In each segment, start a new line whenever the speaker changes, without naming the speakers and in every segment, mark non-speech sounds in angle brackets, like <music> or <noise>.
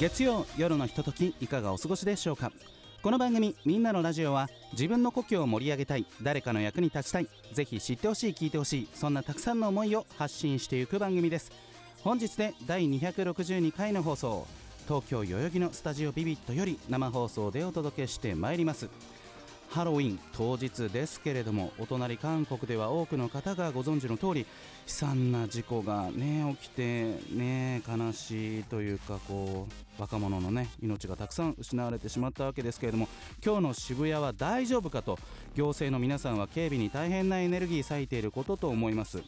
月曜夜のひとときいかがお過ごしでしょうかこの番組「みんなのラジオは」自分の故郷を盛り上げたい誰かの役に立ちたいぜひ知ってほしい聞いてほしいそんなたくさんの思いを発信していく番組です本日で第262回の放送東京代々木のスタジオビビットより生放送でお届けしてまいりますハロウィン当日ですけれどもお隣韓国では多くの方がご存知の通り悲惨な事故がね起きてね悲しいというかこう若者のね命がたくさん失われてしまったわけですけれども今日の渋谷は大丈夫かと行政の皆さんは警備に大変なエネルギー割いていることと思います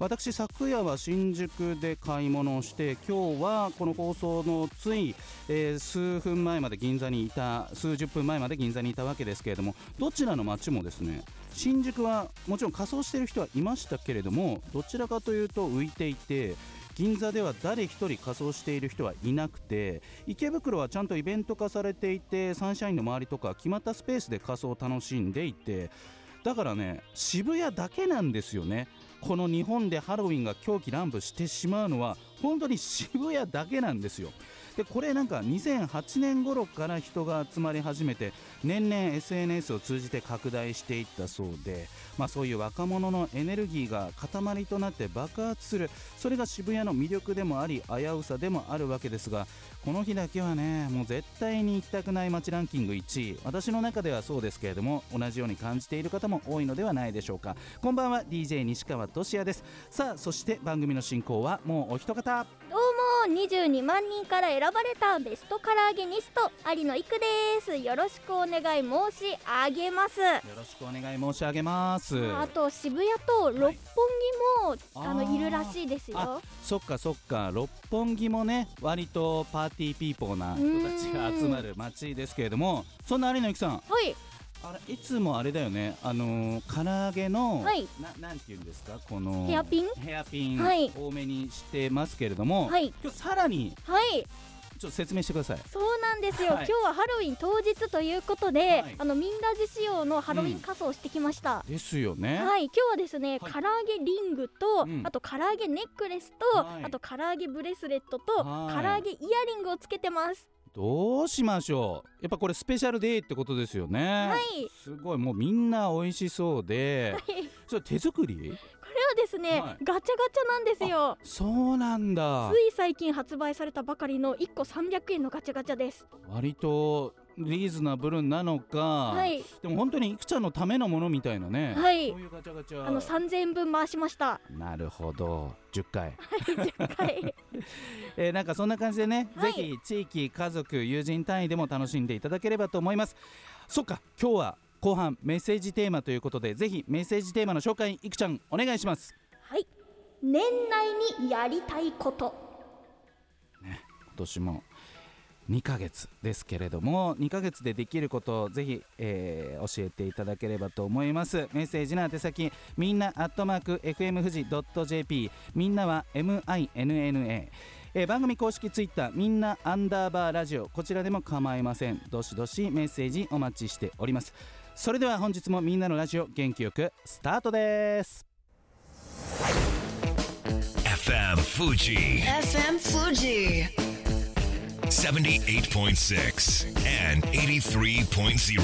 私昨夜は新宿で買い物をして今日はこの放送のつい、えー数分前まで銀座にいた数十分前まで銀座にいたわけですけれどもどちらの街もですね新宿はもちろん仮装している人はいましたけれどもどちらかというと浮いていて銀座では誰一人仮装している人はいなくて池袋はちゃんとイベント化されていてサンシャインの周りとか決まったスペースで仮装を楽しんでいてだからね渋谷だけなんですよねこの日本でハロウィンが狂気乱舞してしまうのは本当に渋谷だけなんですよでこれなんか2008年頃から人が集まり始めて年々 SNS を通じて拡大していったそうで、まあ、そういう若者のエネルギーが塊となって爆発するそれが渋谷の魅力でもあり危うさでもあるわけですがこの日だけはねもう絶対に行きたくない街ランキング1位私の中ではそうですけれども同じように感じている方も多いのではないでしょうかこんばんは DJ 西川俊也ですさあそして番組の進行はもうお一方
どうも22万人から選ばれたベストカラーゲニスト有野育ですよろしくお願い申し上げます
よろしくお願い申し上げます
あと渋谷と六本木も、
はい
あ
あ
の
ー
いるらしいですよ
あそっかそっか六本木もね割とパーティーピーポーな人たちが集まる街ですけれどもそんな有野由紀さん
はい
あれいつもあれだよねあのー、唐揚げの、
はい
ななんていうんですかこの
ヘアピン
ヘアピン
はい
多めにしてますけれども、
はい
今日さらに
はい
ちょっと説明してください
そうなんですよ、
はい
今日はハロウィン当日ということで、
はい
あのミンラジ仕様のハロウィン仮装をしてきました、
ですよね、
はい今日はですね、
はい
唐揚げリングと、
うん
あと唐揚げネックレスと、
はい
あと唐揚げブレスレットと、
はい
唐揚げイヤリングをつけてます
どうしましょうやっぱこれスペシャルデーってことですよね
はい
すごいもうみんな美味しそう
<laughs>
で、
はい
それ手作り
これはですね、
はい
ガチャガチャなんですよ
そうなんだ
つい最近発売されたばかりの1個300円のガチャガチャです
割とリーズナブルなのか、
はい
でも本当にいくちゃんのためのものみたいなね、
はい
そういうガチャガチャ
あの3000円分回しま <laughs> した
なるほど10回、
はい
えーなんかそんな感じでね、
はい
ぜひ地域家族友人単位でも楽しんでいただければと思いますそっか今日は後半メッセージテーマということでぜひメッセージテーマの紹介いくちゃんお願いします
はい年内にやりたいこと
今年も2ヶ月ですけれども2ヶ月でできることをぜひ、えー教えていただければと思いますメッセージの宛先みんなアットマーク FM 富士 .jp みんなは MINNA えー番組公式ツイッターみんなアンダーバーラジオこちらでも構いませんどしどしメッセージお待ちしておりますそれでは本日もみんなのラジオ元気よくスタートです
FM Fuji
FM Fuji.
78.6 and 83.0.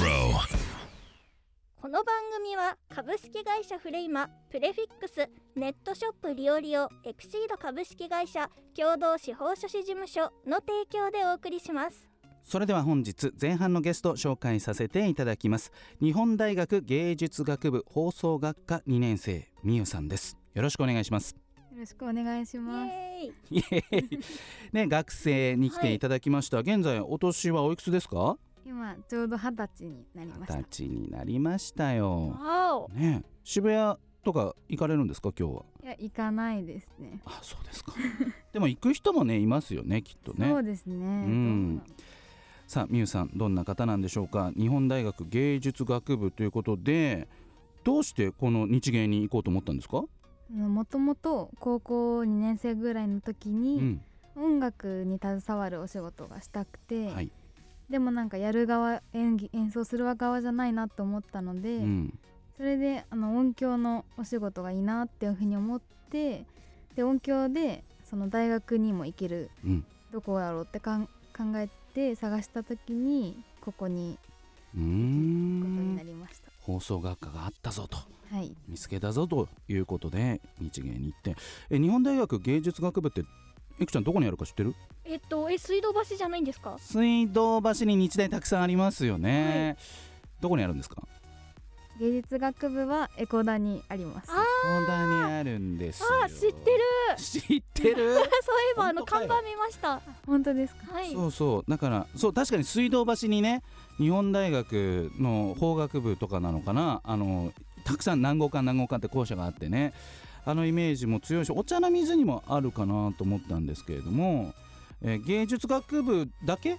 この番組は株式会社フレイマプレフィックスネットショップリオリオエクシード株式会社共同司法書士事務所の提供でお送りします
それでは本日前半のゲスト紹介させていただきます日本大学芸術学部放送学科2年生みゆさんですよろしくお願いし <laughs> ます
よろしくお願いし
イエ
ます。
ーイ
イエーイね、学生に来ていただきました、現在お年はおいくつですか
今ちょうど二十歳になりま
二
した
十。歳になりましたよ
わお
ね、渋谷とか行かれるんですか今日はい
や行かないですね
あそうですか <laughs> でも行く人もねいますよねきっとね
そうですね、
んさあみゆさんどんな方なんでしょうか日本大学芸術学部ということでどうしてこの日芸に行こうと思ったんですか、
もともと高校2年生ぐらいの時
う
に
ん
音楽に携わるお仕事がしたくて、
はい
でもなんかやる側演技演奏する側じゃないなと思ったので、
うん
それであの音響のお仕事がいいなっていうふうに思ってで音響でその大学にも行ける
うん
どこやろうってかん考えて探した時にここに
うー
行くことになんりました。
放送学科があったぞと
はい、
見つけたぞということで日芸に行ってえ日本大学芸術学部っていくちゃんどこにあるか知ってる
えっとえ水道橋じゃないんですか
水道橋に日大たくさんありますよね、どこにあるんですか
芸術学部はエコダにあります。
あ
本題にあるんですよ
あー知ってる
知ってる
<laughs> そういえばあの
本
看
当か
板見ました
本当ですか。
はい
そうそうだからそう確かに水道橋にね日本大学の法学部とかなのかなあのたくさん南郷館南郷館って校舎があってねあのイメージも強いしお茶の水にもあるかなと思ったんですけれども、えー芸術学部だけ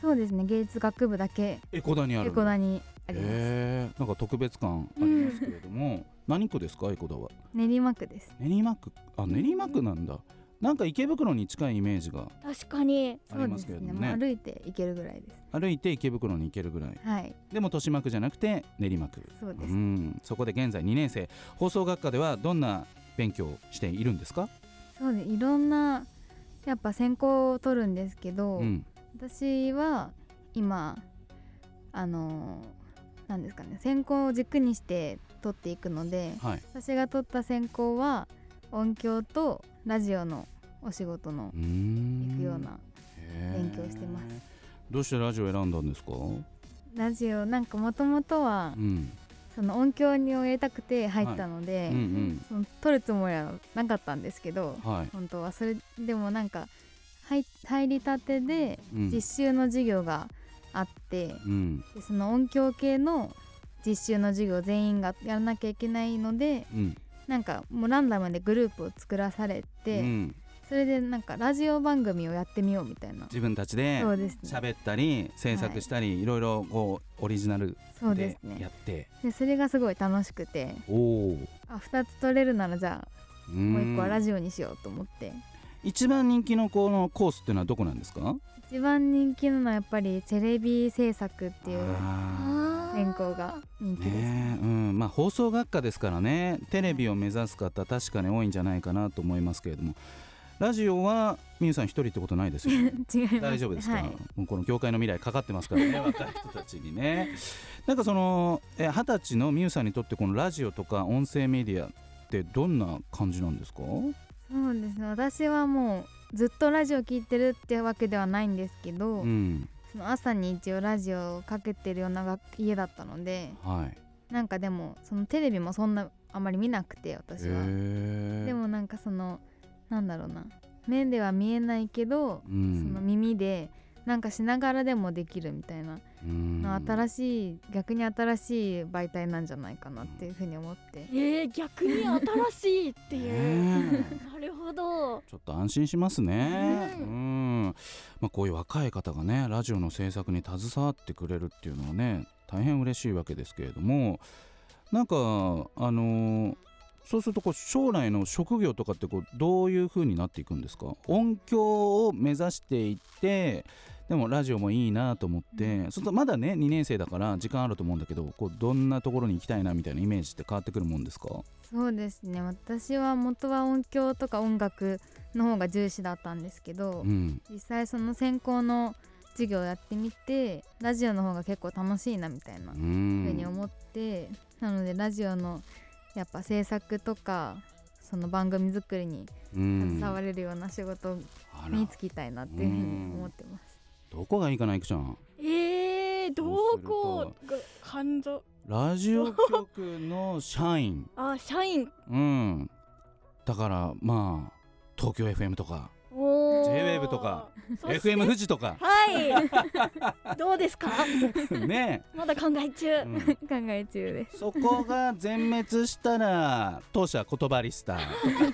そうですね。芸術学部だけ
エコダにある
エコダにあります。
へーなんか特別感ありますけれども、何区ですかエコダは
練馬区です。
練馬区あ練馬区なんだなんか池袋に近いイメージが
確かに
ありますけれどもね
そうですねまあ歩いて行けるぐらいです。
歩いて池袋に行けるぐらい
はい、
でも豊島区じゃなくて練馬区
そうです。
ん、そこで現在2年生放送学科ではどんな勉強をしているんですか、
そうでいろんなやっぱ専攻を取るんですけど、
うん、
私は今あのなんですかね専攻を軸にして取っていくので
はい、
私が取った専攻は音響とラジオのお仕事の
うーん
行くような勉強してます
へーどうしてラジオを選んだんですか、
ラジオなんかもともとは
うん
その音響にをやりたくて入ったので、
うんうん
その取るつもりはなかったんですけど
はい、
本当はそれでもなんか入入りたてで
うん
実習の授業があって、
うん
でその音響系の実習の授業全員がやらなきゃいけないので
うん
なんかもうランダムでグループを作らされて、
うん、
それでなんかラジオ番組をやってみようみたいな
自分たちで
そうですね
喋ったり制作したり、い、ろいろこうオリジナル
そうで
です
ね
やって
でそれがすごい楽しくて
おお
あ2つ取れるならじゃあも
も
う1個はラジオにしようと思って
一番人気のこのコースっていうのはどこなんですか
一番人気なのはやっぱりテレビ制作っていう
あー
あー
専攻が人気ですね。
ねえうんまあ、放送学科ですからねテレビを目指す方確かに多いんじゃないかなと思いますけれどもラジオはみゆさん一人ってことないですよ
<laughs>
ね
違います、
大丈夫ですか、
はい
もうこの業界の未来かかってますから
<laughs>
ね若い人たちにねなんかそのえ二十歳のみゆさんにとってこのラジオとか音声メディアってどんな感じなんですか
そうですね私はもうずっとラジオ聞いてるってわけではないんですけど、
うん
その朝に一応ラジオをかけてるようなが家だったので
はい
なんかでもそのテレビもそんなあまり見なくて私は、
へえ
でもなんかそのなんだろうな目では見えないけど、
う
その
ん
耳でなんかしながらでもできるみたいな、
うん
の新しい逆に新しい媒体なんじゃないかなっていうふうに思って、
えー、逆に新しいっていう
<laughs> ねえ
なるほど
ちょっと安心しますね。う
うん
ん、まあ、こういう若い方がね、ラジオの制作に携わってくれるっていうのはね、大変嬉しいわけですけれども。なんか、あのーそうすると、こう将来の職業とかって、こうどういう風になっていくんですか。音響を目指していって。でもラジオもいいなと思って、
う
そうするとまだね2年生だから時間あると思うんだけどこうどんなところに行きたいなみたいなイメージって変わってくるもんですか
そうですね私は元は音響とか音楽の方が重視だったんですけど、
うん
実際その専攻の授業をやってみてラジオの方が結構楽しいなみたいな
う
ふ
ん
うに思って、なのでラジオのやっぱ制作とかその番組作りに
うん
携われるような仕事
あら
に就きたいなっていうふうに思ってます。
どこがいいかないくちゃん
えー、
ど
ど
うする
こが肝臓
ラジオ局の社
<laughs>
員
あ社員
うんだからまあ東京 FM とか
おー
j w a ェブとか
そして
FM 富士と
<laughs>
か
は
<laughs>
いどうですか
ね、
まだ考え中、
うん
考え中です
そこが全滅したら当社言葉リスター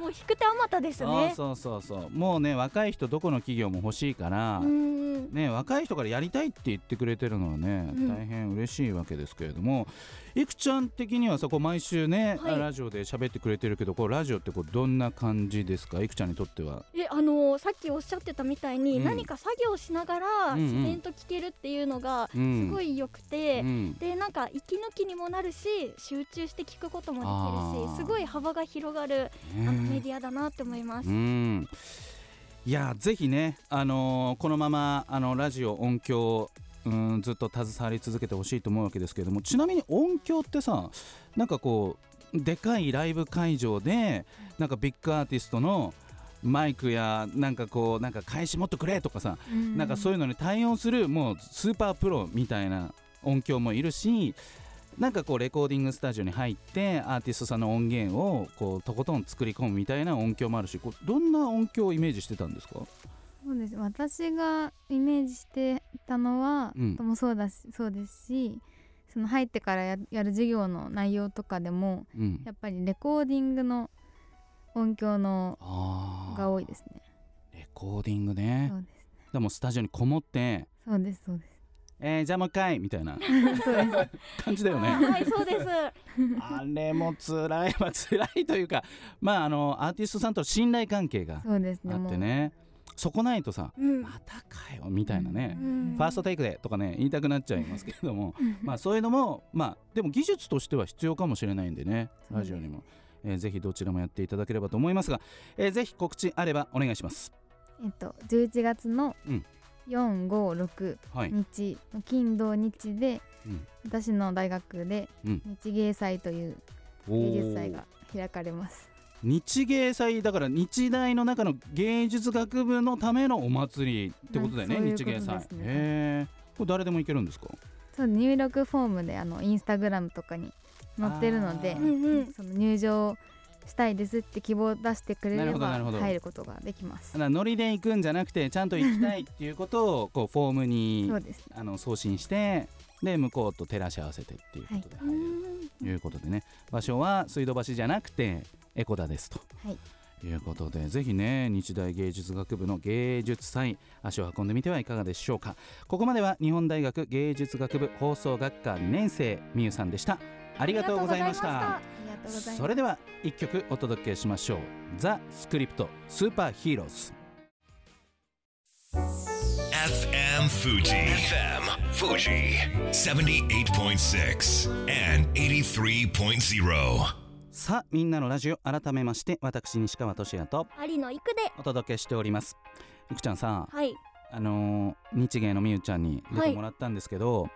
もう引く手あまたです
そう
ね
そうそうそうもうね若い人どこの企業も欲しいから、
うん
ね、若い人からやりたいって言ってくれてるのはね、
うん
大変嬉しいわけですけれどもいくちゃん的にはさこう毎週ね、
はい
ラジオで喋ってくれてるけどこうラジオってこうどんな感じですかいくちゃんにとっては。
えあのーさっきおっしゃってたみたいに、
うん
何か作業しながら
うんうん
自然と聞けるっていうのが
う
す
ん、
ご
い、
い良くて、
うん
でなんか息抜きにもなるし集中して聞くこともできる
あー
しすごい幅が広がるあのメディアだなって思います。
うんいやぜひね、あのーこのままあのラジオ音響うんずっと携わり続けてほしいと思うわけですけれどもちなみに音響ってさなんかこうでかいライブ会場でなんかビッグアーティストのマイクやなんかこうなんか返しもっとくれとかさ、なんかそう
い
いうのに対応するもうスーパープロみたいな音響もいるしなんかこうレコーディングスタジオに入ってアーティストさんの音源をこうとことん作り込むみたいな音響もあるしこうどんな音響をイメージしてたんですか
うそうです私がイメージしてたのは、
うん
ともそうだしそうですしその入ってからややる授業の内容とかでも
うん
やっぱりレコーディングの音響の
あー
が多いですね
レコーディングね
そうです
でもスタジオにこもって
そうですそうです
「えー、じゃあもう一回」みたいな
<laughs> そうです
感じだよね
あ。ーはいそうです。
あれも辛いまあ辛いというかまああのアーティストさんとの信頼関係が
そうですね
あっ
も
て
う
ねそこないとさ
うん。
<laughs> またかよみたいなね、
うん
ファーストテイクでとかね言いたくなっちゃいますけれどもまあそういうのもまあでも技術としては必要かもしれないんでねラジオにも、えーぜひどちらもやっていただければと思いますが、えーぜひ告知あればお願いします
えっと11月の
うん
456
はい、
日の金土日で、
うん
私の大学で
うん
日芸祭という
お
芸
ー
術祭が開かれます
日芸祭だから日大の中の芸術学部のためのお祭りってことだよね、
はい
日芸
そうい
祭
うことですね
へえこれ誰でも行けるんですか
そう入力フォームであのインスタグラムとかに載ってるので、
あ
う
ー
んうん。
その入場したいですって希望を出してくれ
な
れ
るほどな
ば
るほど
入ることができます
ただノリで行くんじゃなくてちゃんと行きたいっていうことをこうフォームに
そうです
あの送信してで向こうと照らし合わせてっていうことで
う
入る
ん
ということでね場所は水道橋じゃなくてエコダですと。
はい
いうことでぜひね日大芸術学部の芸術祭足を運んでみてはいかがでしょうかここまでは日本大学芸術学部放送学科2年生みゆさんでしたありがとうございました
ありがとうございました
ありがとうございます
それでは一曲お届けしましょうザ・スクリプトスーパーヒーローズ
FM Fuji. FM Fuji. 78.6 and 83.0.
さあみんなのラジオ改めまして私西川俊也と
有野行くで。
お届けしておりますいくちゃんさ
はい。
あのー日芸のみゆちゃんに出てもらったんですけど、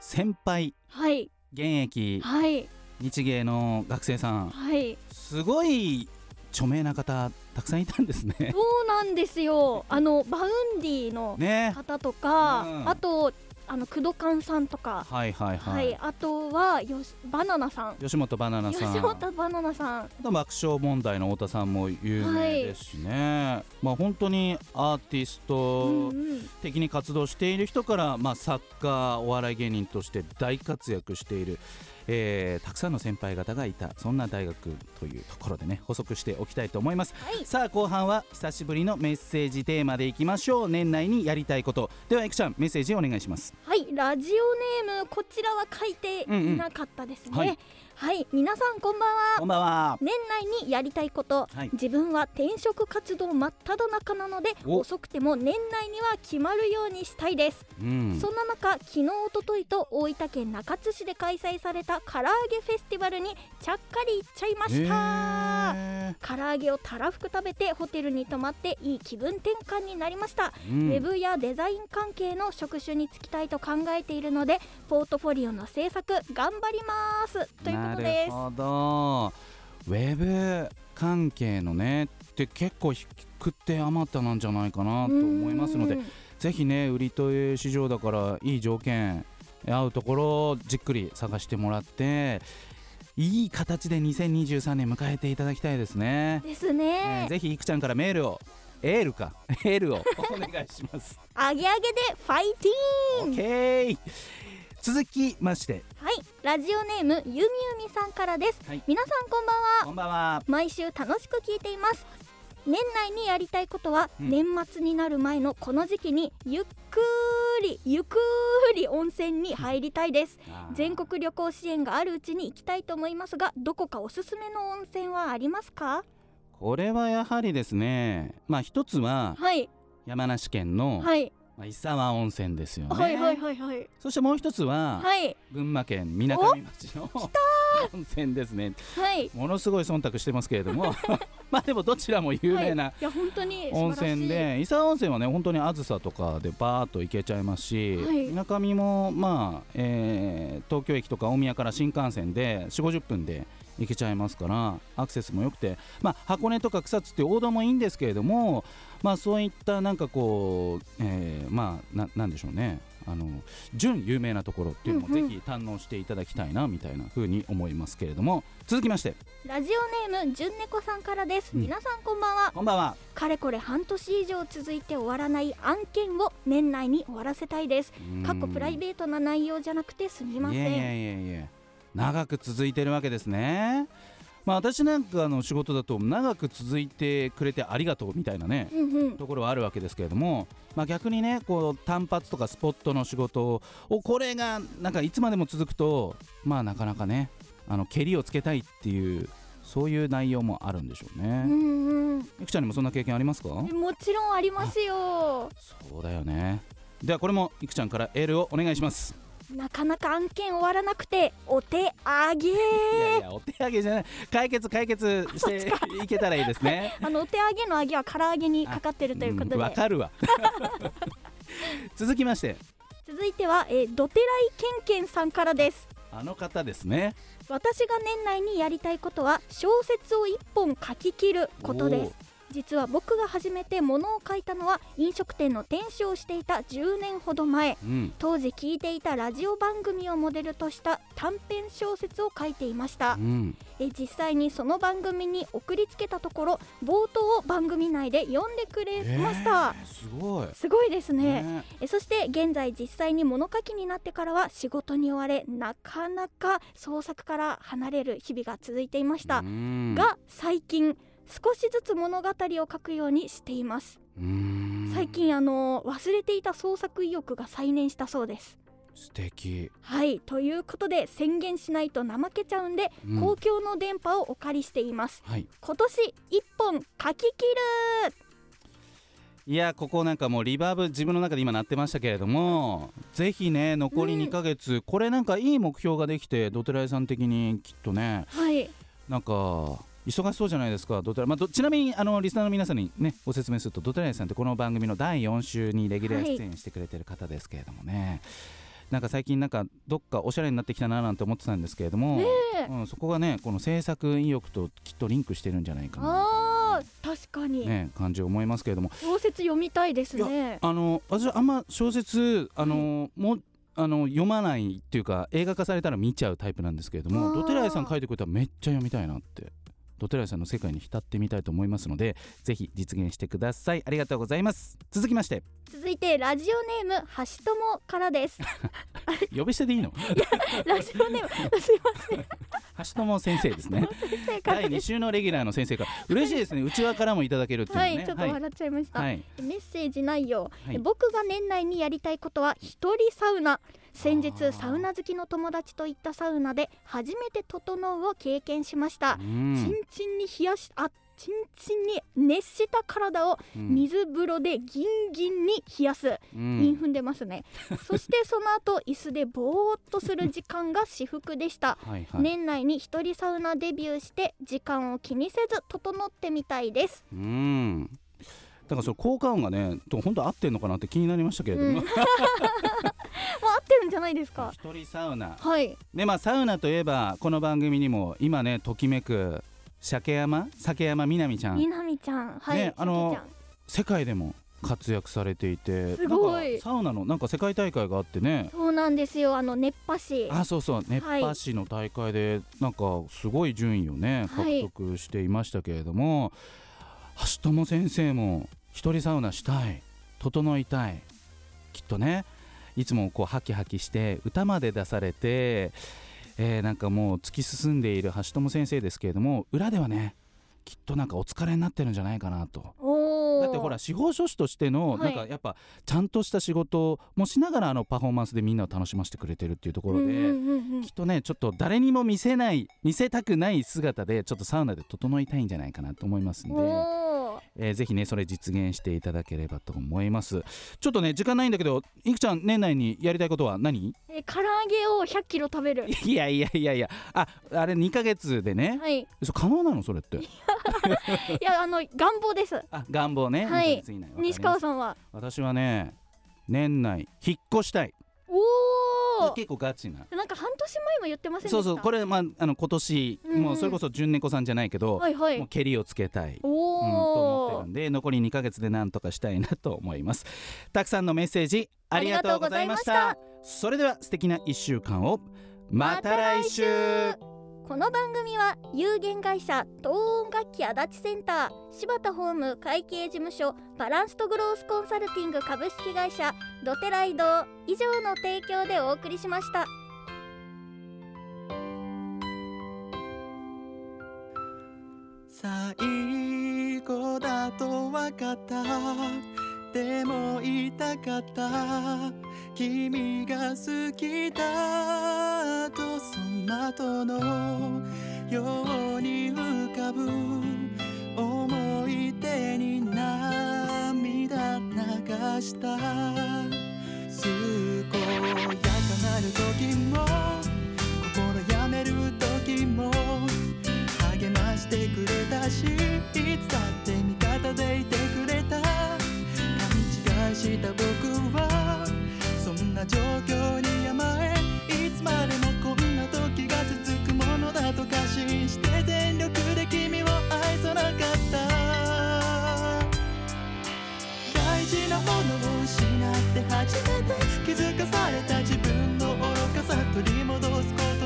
先輩
はい。
現役
はい。
日芸の学生さん
はい。
すごい著名な方たくさんいたんですね。
そうなんですよ。あのバウンディの
ね
方とか、
うん
あとあの工藤勘さんとか、
はいはいは、
はいい。あとはよしバナナさん。
吉本ばなな
吉
さん
本バナナさん。
あと爆笑問題の太田さんも有名ですしね、まあ本当にアーティス
うん
ト
うん。
的に活動している人から、まあ、作家お笑い芸人として大活躍している、えーたくさんの先輩方がいたそんな大学というところでね補足しておきたいと思います、
はい
さあ後半は久しぶりのメッセージテーマでいきましょう年内にやりたいことではいくちゃんメッセージお願いします
はい、ラジオネームこちらは書いていなかったですね。
うんうんはい
はい、皆さんこんばんは。
こんばんは
年内にやりたいこと、
はい
自分は転職活動真っ只中なので
お
遅くても年内には決まるようにしたいです、
うん
そんな中昨日おとといと大分県中津市で開催された唐揚げフェスティバルにちゃっかり行っちゃいました、
へ
唐揚げをたらふく食べてホテルに泊まっていい気分転換になりました
ーうん
ウェブやデザイン関係の職種に就きたいと考えているのでポートフォリオの制作頑張りますということ
な
で
る
す。
ほどウェブ関係のねって結構低くてあまたなんじゃないかなと思いますので
うん
ぜひね売り手市場だからいい条件合うところをじっくり探してもらっていい形で2023年迎えていただきたいですね。
です
えー
ね。
ぜひいくちゃんからメールをエールか <laughs> エールをお願いします
アゲアゲでファイティーン
オッケー続きまして
はい、ラジオネームゆみゆみさんからです、
はい
皆さんこんばんは
こんばんは
毎週楽しく聞いています年内にやりたいことは、
うん
年末になる前のこの時期にゆっくりゆっくり温泉に入りたいです全国旅行支援があるうちに行きたいと思いますがどこかおすすめの温泉はありますか
これはやはりですねまあ一つは
はい
山梨県の
はい
まあ伊沢温泉ですよね、
はいはいはいはい
そしてもう一つは
はい
群馬県みなかみ町の温泉ですね
はい
ものすごい忖度してますけれどもまあでもどちらも有名な
はい、いや本当に素晴
温
らしい
泉で伊沢温泉はね本当にあずさとかでバーッと行けちゃいますし
はい
みなかみもまあ、えー東京駅とか大宮から新幹線で4 5 0分で行けちゃいますからアクセスも良くて、まあ、箱根とか草津って王道もいいんですけれども、まあ、そういったなんかこう、えーまあななんでしょうねあの準有名なところっていうのも
うん
ぜ
うん
ひ堪能していただきたいなみたいな風に思いますけれども続きまして
ラジオネームじゅんねこさんからです、
うん
皆さんこんばんは
こんばんは。
かれこれ半年以上続いて終わらない案件を年内に終わらせたいです過去プライベートな内容じゃなくてすみません
いやいやいやいや長く続いてるわけですねまあ私なんかの仕事だと長く続いてくれてありがとうみたいなね
うんうん
ところはあるわけですけれども、まあ、逆にねこう単発とかスポットの仕事をこれがなんかいつまでも続くとまあなかなかねあのけりをつけたいっていうそういう内容もあるんでしょう
う
ね。
んうん
ゆきちゃんにもそんな経験ありますか
もちろんありますよ
そうだよねではこれもゆきちゃんからエールをお願いします。
なかなか案件終わらなくてお手上げ
いやいやお手上げじゃない解決解決していけたらいいですね。
<laughs> あのお手上げの上げは唐揚げにかかってるということで、
んわかる
<laughs>
わ続きまして
続いては、えー、ドテライケンケンさんからです
あの方ですね
私が年内にやりたいことは小説を一本書き切ることです実は僕が初めて物を書いたのは飲食店の店主をしていた10年ほど前
おーうん
当時聞いていたラジオ番組をモデルとした短編小説を書いていました
うん
え実際にその番組に送りつけたところ冒頭を番組内で読んでくれました、
えーすごい
すごいですね
ね
えそして現在実際に物書きになってからは仕事に追われなかなか創作から離れる日々が続いていました、
うん
が最近少しずつ物語を書くようにしています
うん
最近あの忘れていた創作意欲が再燃したそうです
素敵
はいということで宣言しないと怠けちゃうんで、
うん
公共の電波をお借りしています
はい
今年一本書き切る
いやここなんかもうリバーブ自分の中で今鳴ってましたけれどもぜひね残り
うん
2ヶ月、これなんかいい目標ができてドテライさん的にきっとね
はい
なんか忙しそうじゃないですかドテラ、まあ、どちなみにあのリスナーの皆さんに、ね、ご説明するとドテライさんってこの番組の第4週にレギュラー出演してくれてる方ですけれどもね、なんか最近なんかどっかおしゃれになってきたななんて思ってたんですけれども、
え
うん、そこがねこの制作意欲ときっとリンクしてるんじゃないかな、
あー確かに、
ね、感じを思いますけれども
小説読みたいですね
あの私あんま小説あの、もうあの読まないっていうか映画化されたら見ちゃうタイプなんですけれど
あー
もドテライさん書いてくれたらめっちゃ読みたいなってドテライさんの世界に浸ってみたいと思いますのでぜひ実現してくださいありがとうございます続きまして
続いてラジオネーム橋友からです
呼び捨てでいいの <laughs>
ラジオネームすいま
橋友先生です
<laughs>
ね
せんか
第2週のレギュラーの先生から嬉しいですね内輪からもいただけるっていうの
は
ね
いちょっと
はい
笑っちゃいました、
はい
メッセージ内容、
はい
僕が年内にやりたいことは一人サウナ先日サウナ好きの友達と行ったサウナで初めて整うを経験しました
う
ち
ん
んちんに冷やしあちんちんに熱した体を
うん
水風呂でギンギンに冷やす、
うん
韻踏んでますねそしてその後椅子でぼーっとする時間が至福でした
はいはい
年内に一人サウナデビューして時間を気にせず整ってみたいです
うん。だからその効果音がね、と本当合ってんのかなって気になりましたけれども、
うんもう合ってるんじゃないですか
一人サウナ。
はい
ね、まあサウナといえばこの番組にも今ねときめく鮭山、鮭山みなみちゃ
み
ん、
なみちゃんはい、
ねあの
さ
世
き
界でも活躍されていて、
すごい
なんかサウナのなんか世界大会があってね
ちゃ。んそうなんですよあの熱波師
あそうそう熱波師の大会でなんかすごい順位をね
は
獲
い
得していましたけれども、橋友先生も一人サウナしたい整いたいきっとねいつもこうハキハキして歌まで出されて、えーなんかもう突き進んでいる橋友先生ですけれども裏ではねきっとなんかお疲れになってるんじゃないかなと
おお
だってほら司法書士としての
は
ないんかやっぱちゃんとした仕事もしながらあのパフォーマンスでみんなを楽しませてくれてるっていうところで、
うんうんうんうん
きっとねちょっと誰にも見せない見せたくない姿でちょっとサウナで整いたいんじゃないかなと思いますんで、
おー
えーぜひねそれ実現していただければと思いますちょっとね時間ないんだけどいくちゃん年内にやりたいことは
<laughs>
何
え唐揚げを100キロ食べる
いやいやいやいやああれ2ヶ月でね、
はいい
そう可能なのそれって
やあの願望です
あ願望ね、
はい
二ヶ月以内わかりまし
西
た
川さんは
私はね年内引っ越したい
おお
結構ガチな
なんか半年前も言ってませんでした
そうそうこれまああの今年、
うん
もうそれこそ純猫さんじゃないけど、
はいはい
もう蹴りをつけたいうん、と思っ
お
て
お
るんで残り2ヶ月で何とかしたいなと思いますたくさんのメッセージありがとうございました
ありが
それでは素敵な1週間をまた来週
この番組は有限会社東音楽器足立センター柴田ホーム会計事務所バランスとグロースコンサルティング株式会社ドテライド以上の提供でお送りしました。
最後だと分かったでも言いたかった君が好きだとその後のように浮かぶ思い出に涙流した健やかなる時も心やめる時も励ましてくれたしいつだって味方でいてくれた勘違いした僕はそんな状況に甘えいつまでもこんな時が続くものだと過信して全力で君を愛さなかった大事なものを失って初めて気づかされた自分の愚かさ取り戻すこ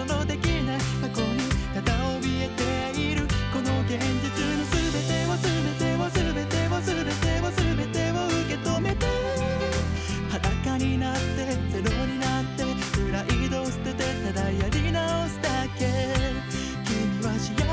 とのできない過去にただ怯えているこの現実の全てを全てを全てを全てを全てを受け止めて裸になってゼロになってプライドを捨ててただやり直すだけ君は幸